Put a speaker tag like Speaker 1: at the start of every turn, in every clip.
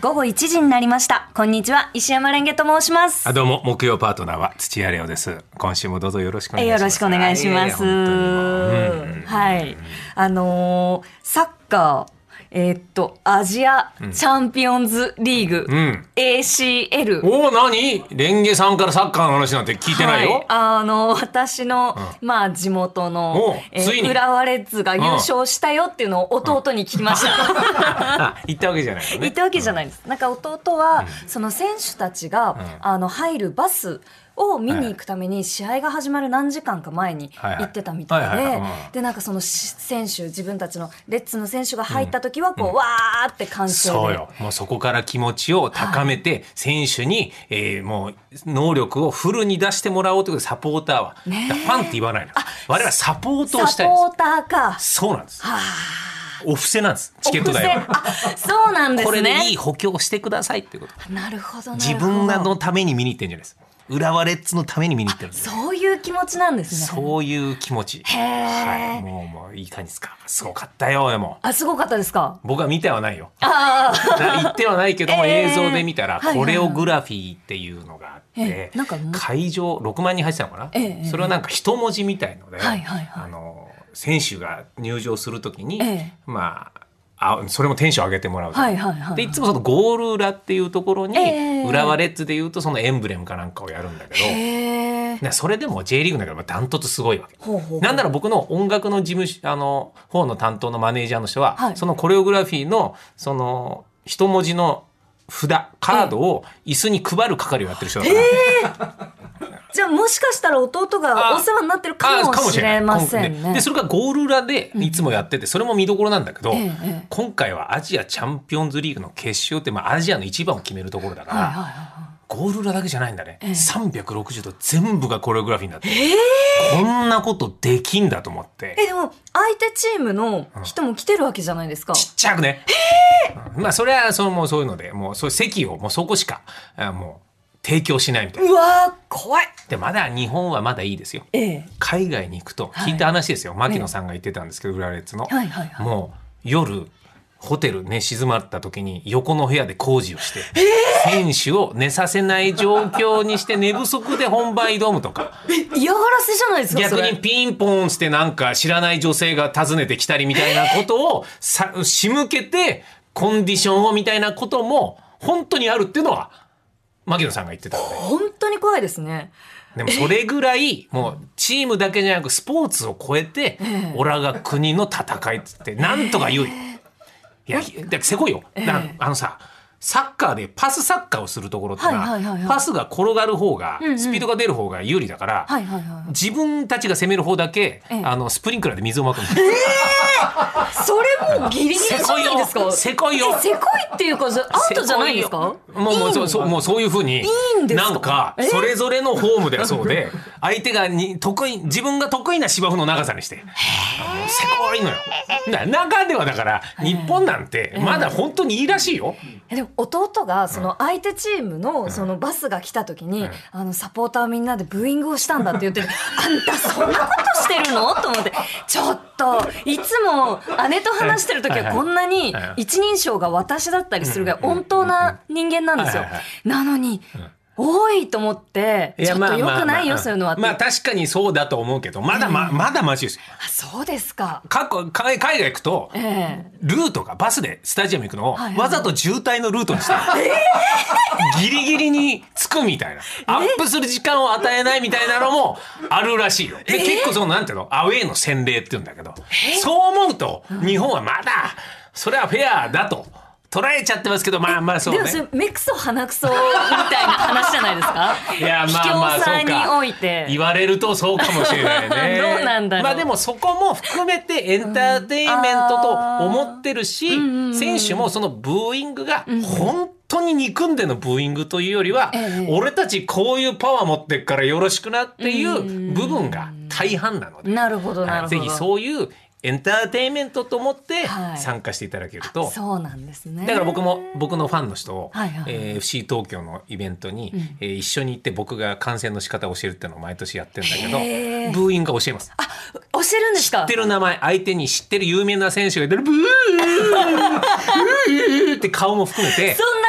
Speaker 1: 午後1時になりましたこんにちは石山レンゲと申します
Speaker 2: あどうも木曜パートナーは土屋レオです。今週もどうぞよろしくお願いし
Speaker 1: よ
Speaker 2: ます。
Speaker 1: ろしくお願いします。
Speaker 2: はい本当にもううん
Speaker 1: はい。あのーサッカー、えーっと、アジアチャンピオンズリーグ、
Speaker 2: ん
Speaker 1: ACL。
Speaker 2: おお何？レンゲさんからサッカーの話なんて聞いてないよ。
Speaker 1: はい、あの私の、まあ地元の
Speaker 2: おう、
Speaker 1: え
Speaker 2: ついに
Speaker 1: ー、浦和レッズが優勝したよっていうのを弟に聞きました。
Speaker 2: あ 言ったわけじゃないのね。
Speaker 1: 言ったわけじゃないです。なんか弟は、その選手たちが、あの入るバスを見に行くために試合が始まる何時間か前に
Speaker 2: はいはい
Speaker 1: 行ってたみたい
Speaker 2: はいはい
Speaker 1: で
Speaker 2: はいうん、
Speaker 1: でなんかそのし選手自分たちのレッツの選手が入った時はこう、わーって感想で。
Speaker 2: そうよ。もうそこから気持ちを高めて、選手に、えーもう、能力をフルに出してもらおうということで、サポーターは。
Speaker 1: ねえ
Speaker 2: だからファンって言わないの。我々はサポートをし
Speaker 1: サ
Speaker 2: たいんで
Speaker 1: ポーターか。
Speaker 2: す。そうなんです。
Speaker 1: は
Speaker 2: お布施なんです。
Speaker 1: ー
Speaker 2: チケット代
Speaker 1: お
Speaker 2: は。
Speaker 1: 布施あ、そうなんですね。
Speaker 2: これでいい補強をしてくださいっていうこと。
Speaker 1: なるほどなるほど。
Speaker 2: 自分らのために見に行ってんじゃないです。浦和レッズのために見に行ってるんです。
Speaker 1: そういう気持ちなんですね。
Speaker 2: そういう気持ち。
Speaker 1: へえ
Speaker 2: はい。もう、もう、いい感じですか。すごかったよ、でも。
Speaker 1: あ、すごかったですか。
Speaker 2: 僕は見てはないよ。
Speaker 1: ああ。
Speaker 2: な言ってはないけども、
Speaker 1: えー
Speaker 2: 映像で見たら、
Speaker 1: はいはい
Speaker 2: コレオグラフィーっていうのがあっ
Speaker 1: え
Speaker 2: て
Speaker 1: えなんかもう、
Speaker 2: 会場6万人入ってたのかな、
Speaker 1: ええええ
Speaker 2: それはなんか一文字みたいので、
Speaker 1: はいはいはい
Speaker 2: あの選手が入場するときに、
Speaker 1: ええ
Speaker 2: まああそれもテンション上げてもらうと、
Speaker 1: はいはいはいはい
Speaker 2: でいつもそのゴール裏っていうところに、
Speaker 1: ええ
Speaker 2: 浦和レッズでいうとそのエンブレムかなんかをやるんだけど、
Speaker 1: へえ。
Speaker 2: なそれでも J リーグだからダントツすごいわけ。
Speaker 1: ほうほうほう
Speaker 2: なんなら僕の音楽の事務所、あの、方の担当のマネージャーの人は、
Speaker 1: はい
Speaker 2: そのコレオグラフィーの、その、一文字の札、カードを椅子に配る係をやってる人だから。
Speaker 1: じゃあもしかしたら弟がお世話になってるか
Speaker 2: あ
Speaker 1: もしれません
Speaker 2: 今回
Speaker 1: ね
Speaker 2: で、。それがゴール裏でいつもやってて、それも見どころなんだけど、
Speaker 1: ええええ
Speaker 2: 今回はアジアチャンピオンズリーグの決勝って、まあアジアの一番を決めるところだから、
Speaker 1: はいはいは
Speaker 2: ゴール裏だけじゃないんだね。
Speaker 1: ええ
Speaker 2: 360度全部がコレオグラフィーになって、こんなことできんだと思って
Speaker 1: い。え、でも相手チームの人も来てるわけじゃないですか。
Speaker 2: ちっちゃくね。うんまあそれはそのもうそういうので、もうそういう席をもうそこしかあもう提供しないみたいな。
Speaker 1: うわー、怖い。
Speaker 2: でまだ日本はまだいいですよ。
Speaker 1: ええ。
Speaker 2: 海外に行くと
Speaker 1: はい
Speaker 2: 聞いた話ですよ。牧野さんが言ってたんですけど、浦和レッズの。
Speaker 1: はいはいはい。
Speaker 2: もう夜ホテル寝静まった時に横の部屋で工事をして、選手を寝させない状況にして寝不足で本番挑むとか。
Speaker 1: 嫌がらせじゃないですか。そ
Speaker 2: 逆
Speaker 1: れ
Speaker 2: にピンポンしてなんか知らない女性が訪ねてきたりみたいなことをさ仕向けてコンディションをみたいなことも本当にあるっていうのは牧野さんが言ってたので。
Speaker 1: 本当に怖いですね。
Speaker 2: でもそれぐらいもうチームだけじゃなくスポーツを超えて
Speaker 1: え
Speaker 2: オラが国の戦いっつってなんとか言うよ。いや、だってせこいよ。
Speaker 1: ええ
Speaker 2: だあのさ、サッカーでパスサッカーをするところってのは
Speaker 1: はいはいはいはい
Speaker 2: パスが転がる方が
Speaker 1: うんうん
Speaker 2: スピードが出る方が有利だから、
Speaker 1: はいはいは
Speaker 2: 自分たちが攻める方だけ、
Speaker 1: ええ
Speaker 2: あのスプリンクラーで水をまくんです。
Speaker 1: い。それもうギリギリじゃないですか。
Speaker 2: せこいよ
Speaker 1: えせこいっていうか、じゃあアウトじゃないんですか
Speaker 2: せこいよもうもうそうそうもうそういうふうに
Speaker 1: んですか
Speaker 2: なんか
Speaker 1: え
Speaker 2: それぞれのフォームではそうで相手がに得意自分が得意な芝生の長さにしてあのせこいのよな中ではだから日本なんてまだ本当にいいらしいよ、
Speaker 1: えでも弟がその相手チームのそのバスが来た時に、あのサポーターみんなでブーイングをしたんだって言って てあんたそんなことしてるのと思ってちょっといつも姉と話してる時はこんなに
Speaker 2: はいはい
Speaker 1: 一人称が私だったりするぐらい温当な人間なんですよ
Speaker 2: はいはいは。
Speaker 1: なのに多いと思ってちょっと良くないよそういうのはって。
Speaker 2: まあ確かにそうだと思うけどまだま,、まだマシですよ
Speaker 1: あそうですか。
Speaker 2: 過去海海外行くと
Speaker 1: ええ
Speaker 2: ルートがバスでスタジアム行くのを
Speaker 1: はいはい
Speaker 2: わざと渋滞のルートにして、 ギリギリに着くみたいなアップする時間を与えないみたいなのもあるらしいよ。で結構そのなんていうのアウェーの洗礼って言うんだけどそう思うと日本はまだそれはフェアだと捉えちゃってますけどまあまあそう
Speaker 1: でもそれ
Speaker 2: ね。
Speaker 1: 目くそ鼻くそみたいな話じゃないですか
Speaker 2: いやまあまあ
Speaker 1: 卑怯さ
Speaker 2: そ
Speaker 1: に
Speaker 2: うか
Speaker 1: おいて
Speaker 2: 言われるとそうかもしれない ね
Speaker 1: どうなんだろう
Speaker 2: まあでもそこも含めてエンターテインメントと思ってるし、
Speaker 1: うん
Speaker 2: 選手もそのブーイングが本当に憎んでのブーイングというよりは、
Speaker 1: ええ
Speaker 2: 俺たちこういうパワー持ってっからよろしくなっていう部分が大半なので、
Speaker 1: なるほどな
Speaker 2: は
Speaker 1: る
Speaker 2: い
Speaker 1: ほど、
Speaker 2: ぜひそういうエンターテインメントと思って
Speaker 1: はい
Speaker 2: 参加していただけると
Speaker 1: そうなんですね
Speaker 2: だから僕も僕のファンの人を、
Speaker 1: はいはい
Speaker 2: えー FC 東京のイベントに、えー一緒に行って僕が観戦の仕方を教えるっていうのを毎年やってるんだけ
Speaker 1: へー
Speaker 2: どブーイングが教えます知
Speaker 1: 教えるんですか
Speaker 2: ってる名前相手に知ってる有名な選手が出るブーブーブーって顔も含めて
Speaker 1: そんな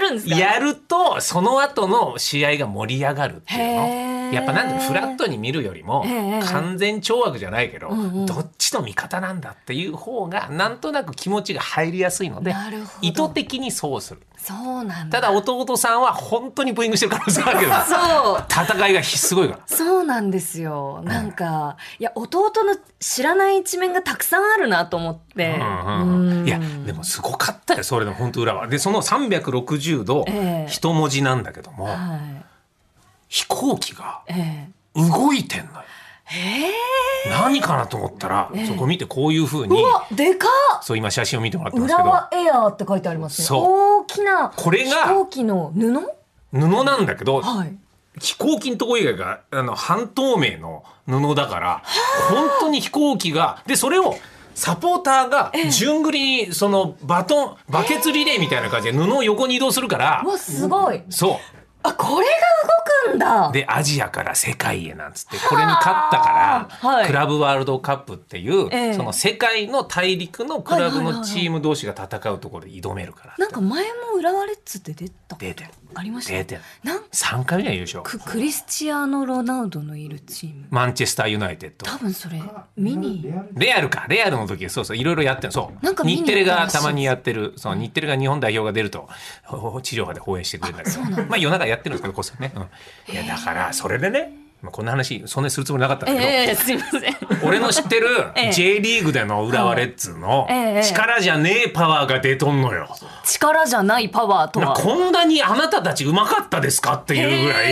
Speaker 1: るんですか
Speaker 2: やるとその後の試合が盛り上がるっていう
Speaker 1: へー
Speaker 2: のやっぱなんでフラットに見るよりも
Speaker 1: ええ
Speaker 2: 完全懲悪じゃないけど、
Speaker 1: うんうん
Speaker 2: どっちの味方なんだっていう方がなんとなく気持ちが入りやすいので
Speaker 1: なるほど
Speaker 2: 意図的にそうする
Speaker 1: そうなん
Speaker 2: た
Speaker 1: だ
Speaker 2: だ弟さんは本当にブーイングしてる可能性あるけど
Speaker 1: そう
Speaker 2: 戦いがすごいから
Speaker 1: そうなんですよなんか、いや弟の知らない一面がたくさんあるなと思って、
Speaker 2: うんうんうん
Speaker 1: う
Speaker 2: いやでもすごかったよそれでも本当裏はでその360度
Speaker 1: ええ
Speaker 2: 一文字なんだけども、
Speaker 1: は
Speaker 2: 飛行機が
Speaker 1: いえ
Speaker 2: 動いてんのよ
Speaker 1: ええ
Speaker 2: 何かなと思ったら、
Speaker 1: ええ
Speaker 2: そこ見てこういう風
Speaker 1: え
Speaker 2: に
Speaker 1: うわでかっ
Speaker 2: そう今写真を見てもらってます
Speaker 1: 浦
Speaker 2: け
Speaker 1: 和
Speaker 2: ど
Speaker 1: エアーって書いてありますね
Speaker 2: そう
Speaker 1: 大きな
Speaker 2: これが
Speaker 1: 飛行機の布
Speaker 2: 布なんだけど
Speaker 1: はい
Speaker 2: 飛行機のとこ以外があの半透明の布だから本当に飛行機がでそれをサポーターが順繰りにそのバトンバケツリレーみたいな感じで布を横に移動するから
Speaker 1: うわすごい
Speaker 2: そう
Speaker 1: あこれが動くんだ
Speaker 2: でアジアから世界へなんつってこれに勝ったから、
Speaker 1: はい
Speaker 2: クラブワールドカップっていう、
Speaker 1: ええ
Speaker 2: その世界の大陸のクラブ
Speaker 1: はいはいはいは
Speaker 2: の
Speaker 1: い
Speaker 2: チーム同士が戦うところで挑めるからって
Speaker 1: なんか前も浦和レッズって出た
Speaker 2: 出てる
Speaker 1: ありました
Speaker 2: 出てる
Speaker 1: なん
Speaker 2: 3回目は優勝
Speaker 1: ククリスチアーノ・ロナウドのいるチーム
Speaker 2: マンチェスターユナイテッド
Speaker 1: 多分それ見に
Speaker 2: レアルかレアルの時そうそういろいろやってるそう
Speaker 1: なんか見に行っ
Speaker 2: 日
Speaker 1: た
Speaker 2: テレが
Speaker 1: らしい
Speaker 2: たまにやってるそう日テレが日本代表が出ると ほほ地上波で放映してくれるんだけどまあ夜中やってるんですけどこっそりね、うん、いやだからそれでね、まあ、こんな話そんなにするつもりなかったんだけど、
Speaker 1: ええすいません
Speaker 2: 俺の知ってる
Speaker 1: ええ
Speaker 2: J リーグでの浦和レッズの
Speaker 1: ええ
Speaker 2: 力じゃねえパワーが出とんのよ。
Speaker 1: 力じゃないパワーとは
Speaker 2: こんなにあなたたちうまかったですかっていうぐらい
Speaker 1: へ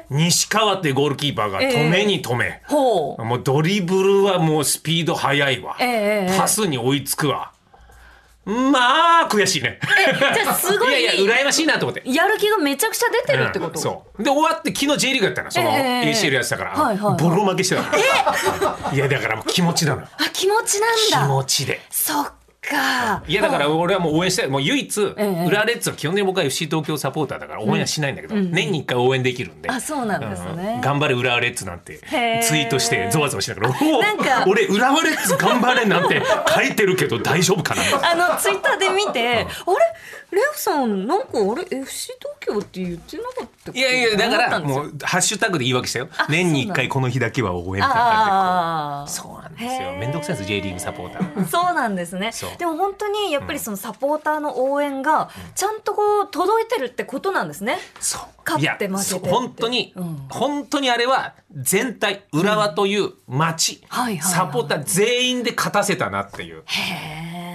Speaker 1: え
Speaker 2: 西川ってゴールキーパーが止めに止め、
Speaker 1: ほう
Speaker 2: もうドリブルはもうスピード速いわ、
Speaker 1: ええええ
Speaker 2: パスに追いつくわまあ悔しいね。
Speaker 1: じゃあすごい
Speaker 2: いやいや羨ましいなと思って。
Speaker 1: やる気がめちゃくちゃ出てるってこと、
Speaker 2: うんそうで終わって昨日 J リーグやったのその
Speaker 1: ええええ
Speaker 2: ACL やってたから、
Speaker 1: はいはいはい
Speaker 2: ボロ負けしてたの、いやだからもう気持ちなのよ
Speaker 1: あ気持ち
Speaker 2: 気
Speaker 1: なんだ
Speaker 2: 持ちで
Speaker 1: そっか
Speaker 2: いやだから俺はもう応援したいもう唯一
Speaker 1: ええ
Speaker 2: 浦和レッズは基本的に僕は FC 東京サポーターだから応援はしないんだけど、年に1回応援できるんで。
Speaker 1: あそうなんですね
Speaker 2: うん頑張れ浦和レッズなんて
Speaker 1: へー
Speaker 2: ツイートしてゾワゾワしながら「おお
Speaker 1: なんか
Speaker 2: 俺浦和レッズ頑張れ」なんて書いてるけど大丈夫かな
Speaker 1: あのツイッターで見て、あれレオさんなんかあれ FC 東京って言ってなかったっけ
Speaker 2: いやいやだか
Speaker 1: 思った
Speaker 2: ら
Speaker 1: んですよ
Speaker 2: もうハッシュタグで言い訳したよ
Speaker 1: あ
Speaker 2: 年に1回この日だけは応援みたいな
Speaker 1: ああ
Speaker 2: 感じでそうなんで
Speaker 1: へ
Speaker 2: すよ
Speaker 1: ー
Speaker 2: めんどくさいです J リーグサポータ ー
Speaker 1: そうなんですね
Speaker 2: そう
Speaker 1: でも本当にやっぱりそのサポーターの応援がちゃんとこう届いてるってことなんですね、
Speaker 2: そう
Speaker 1: 勝って負けてって
Speaker 2: いやそう本当に、
Speaker 1: うん
Speaker 2: 本当にあれは全体浦和という町、
Speaker 1: はいはいはい
Speaker 2: サポーター全員で勝たせたなっていう
Speaker 1: へー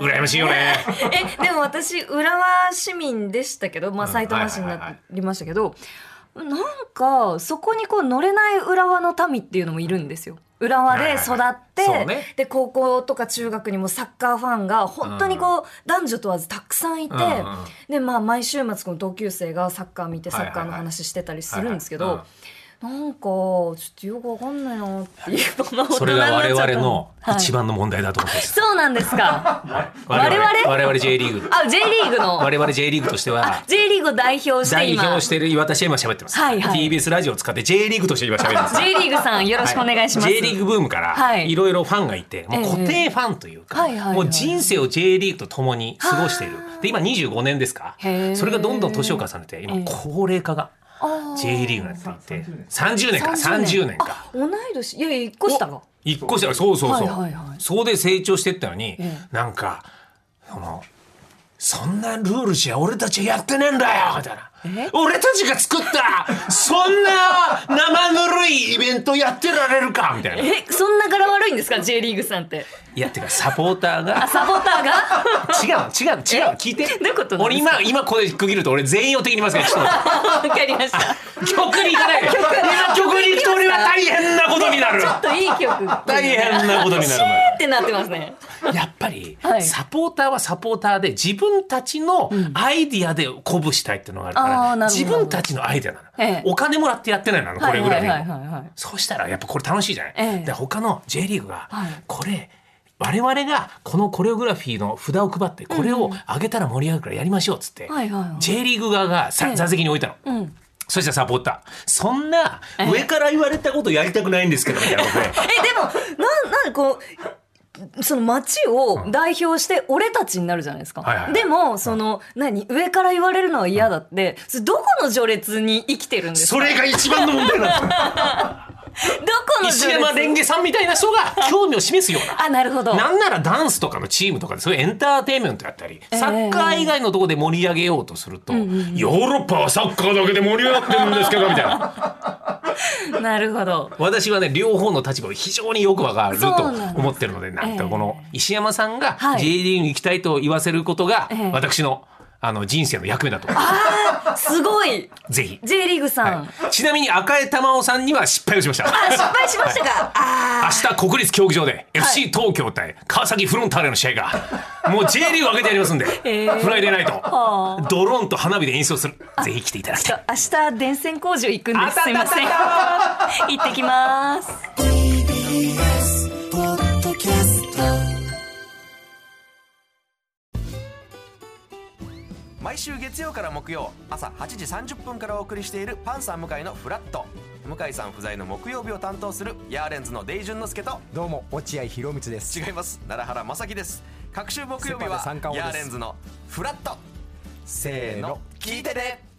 Speaker 2: 羨ましいよね
Speaker 1: えでも私浦和市民でしたけどまあ
Speaker 2: うん
Speaker 1: 埼玉市に
Speaker 2: はいはいはい
Speaker 1: な
Speaker 2: はい
Speaker 1: りましたけど、なんかそこにこう乗れない浦和の民っていうのもいるんですよ浦和で育って、
Speaker 2: はいはいはいそうね
Speaker 1: で高校とか中学にもサッカーファンが本当にこう、男女問わずたくさんいて、
Speaker 2: うんうん
Speaker 1: でまあ毎週末この同級生がサッカー見てサッカーの話してたりするんですけど、
Speaker 2: はいはいはい
Speaker 1: なんかちょっとよくわかんないなっていうまあ
Speaker 2: それが
Speaker 1: 大人になっ
Speaker 2: 我
Speaker 1: ちゃった
Speaker 2: 々の 一
Speaker 1: はい
Speaker 2: 番の問題だと思ってます、
Speaker 1: そうなんですか 我々
Speaker 2: 我々我々 J リーグ
Speaker 1: あ、J リーグの。
Speaker 2: 我々 J リーグとしては
Speaker 1: J リーグを代表して
Speaker 2: 代
Speaker 1: 今。
Speaker 2: 表してる岩田氏は今喋ってます、
Speaker 1: はいはい
Speaker 2: TBS ラジオを使って J リーグとして今喋ってます
Speaker 1: J リーグさんよろしくお願いします。
Speaker 2: はい J リーグブームか
Speaker 1: は
Speaker 2: ら
Speaker 1: い
Speaker 2: いろいろファンがいて、もう
Speaker 1: ええ
Speaker 2: 固定ファンというか、
Speaker 1: はいはいはい
Speaker 2: もう人生を J リーグと共に過ごしているで今25年ですか
Speaker 1: へえ
Speaker 2: それがどんどん年を重ねて
Speaker 1: え
Speaker 2: 今
Speaker 1: え
Speaker 2: 高齢化が
Speaker 1: あー
Speaker 2: J リーグになっていて30年か30年
Speaker 1: あ
Speaker 2: か。
Speaker 1: 同い年。いやいや、一個下が。
Speaker 2: 一個下そうそうそ
Speaker 1: は
Speaker 2: う、
Speaker 1: いはいはい
Speaker 2: そうで成長してったのに、
Speaker 1: え
Speaker 2: なんかそのそんなルールじゃ俺たちやってねえんだよみたいな
Speaker 1: え
Speaker 2: 俺たちが作ったそんな生ぬるいイベントやってられるかみたいな
Speaker 1: え、そんな柄悪いんですか ?J リーグさんって。
Speaker 2: いやてかサポーターが
Speaker 1: あ、サポーターが
Speaker 2: 違う違う違う聞いて
Speaker 1: どういうことなん
Speaker 2: 俺
Speaker 1: ですか
Speaker 2: 今今ここで区切ると俺全員を敵にますからちょっ
Speaker 1: わかりました。
Speaker 2: と曲に行かないで今曲に行くと俺は大変なことになる
Speaker 1: ちょっといい曲。
Speaker 2: 大変なことになるのよ
Speaker 1: ってなってますね。
Speaker 2: やっぱり、
Speaker 1: はい
Speaker 2: サポーターはサポーターで自分たちのアイディアで鼓舞したいっていうのがあるか
Speaker 1: あ
Speaker 2: ら、
Speaker 1: ーなるほど
Speaker 2: 自分たちのアイディアなの、
Speaker 1: ええ
Speaker 2: お金もらってやってないなのこれぐらいの、
Speaker 1: はいはいはいはいはい
Speaker 2: そうしたらやっぱこれ楽しいじゃない、
Speaker 1: ええ
Speaker 2: で他の J リーグが、
Speaker 1: はい
Speaker 2: これ我々がこのコレオグラフィーの札を配ってこれを上げたら盛り上がるからやりましょうっつって、
Speaker 1: はいはいはい
Speaker 2: J リーグ側がさ、
Speaker 1: ええ
Speaker 2: 座席に置いたの。
Speaker 1: うん。
Speaker 2: そしたらサポーターそんな
Speaker 1: ええ
Speaker 2: 上から言われたことやりたくないんですけどみたいなことで
Speaker 1: え、でも、なん、なんでこう、その町を代表して俺たちになるじゃないですか。
Speaker 2: はいはいはい
Speaker 1: でも、その、何上から言われるのは嫌だって、それどこの序列に生きてるんです
Speaker 2: そ
Speaker 1: か
Speaker 2: れが一番の問題なんですよ
Speaker 1: どこの
Speaker 2: 石
Speaker 1: 序
Speaker 2: 山
Speaker 1: 列
Speaker 2: レンゲさんみたいな人が興味を示すような
Speaker 1: あ、なるほど。
Speaker 2: なんならダンスとかのチームとかでそういうエンターテインメントやったり、サッカー以外のとこで盛り上げようとすると、ヨーロッパはサッカーだけで盛り上がってるんですけどみた いな
Speaker 1: なるほど。
Speaker 2: 私はね両方の立場を非常によくわかると
Speaker 1: そうなんです
Speaker 2: 思ってるのでなん
Speaker 1: え
Speaker 2: か
Speaker 1: え
Speaker 2: この石山さんが
Speaker 1: はい
Speaker 2: J リーグに行きたいと言わせることが
Speaker 1: ええ
Speaker 2: 私のあの人生の役目だと
Speaker 1: すごい
Speaker 2: ぜひ、
Speaker 1: !J リーグさん。
Speaker 2: はいちなみに赤江珠緒さんには失敗をしました
Speaker 1: あ、失敗しましたか。あ
Speaker 2: 明日国立競技場で FC 東京対川崎フロンターレの試合がもう J リーグを上げてやります んで、
Speaker 1: ー
Speaker 2: フライデーナイ
Speaker 1: は
Speaker 2: トドローンと花火で演奏するぜひ来ていただきたい
Speaker 1: あ。ちょっと明日、電線工場行くんです。すいません。
Speaker 2: あ
Speaker 1: 行ってきます。
Speaker 3: 毎週月曜から木曜朝8時30分からお送りしているパンサー向井のフラット向井さん不在の木曜日を担当するヤーレンズのデイジュンの之介と
Speaker 4: どうも落合博満です
Speaker 3: 違います奈良原正樹です各週木曜日は
Speaker 4: セパで三冠王
Speaker 3: ヤー
Speaker 4: です
Speaker 3: レンズのフラット
Speaker 4: せ
Speaker 3: せーの聞いてて、ね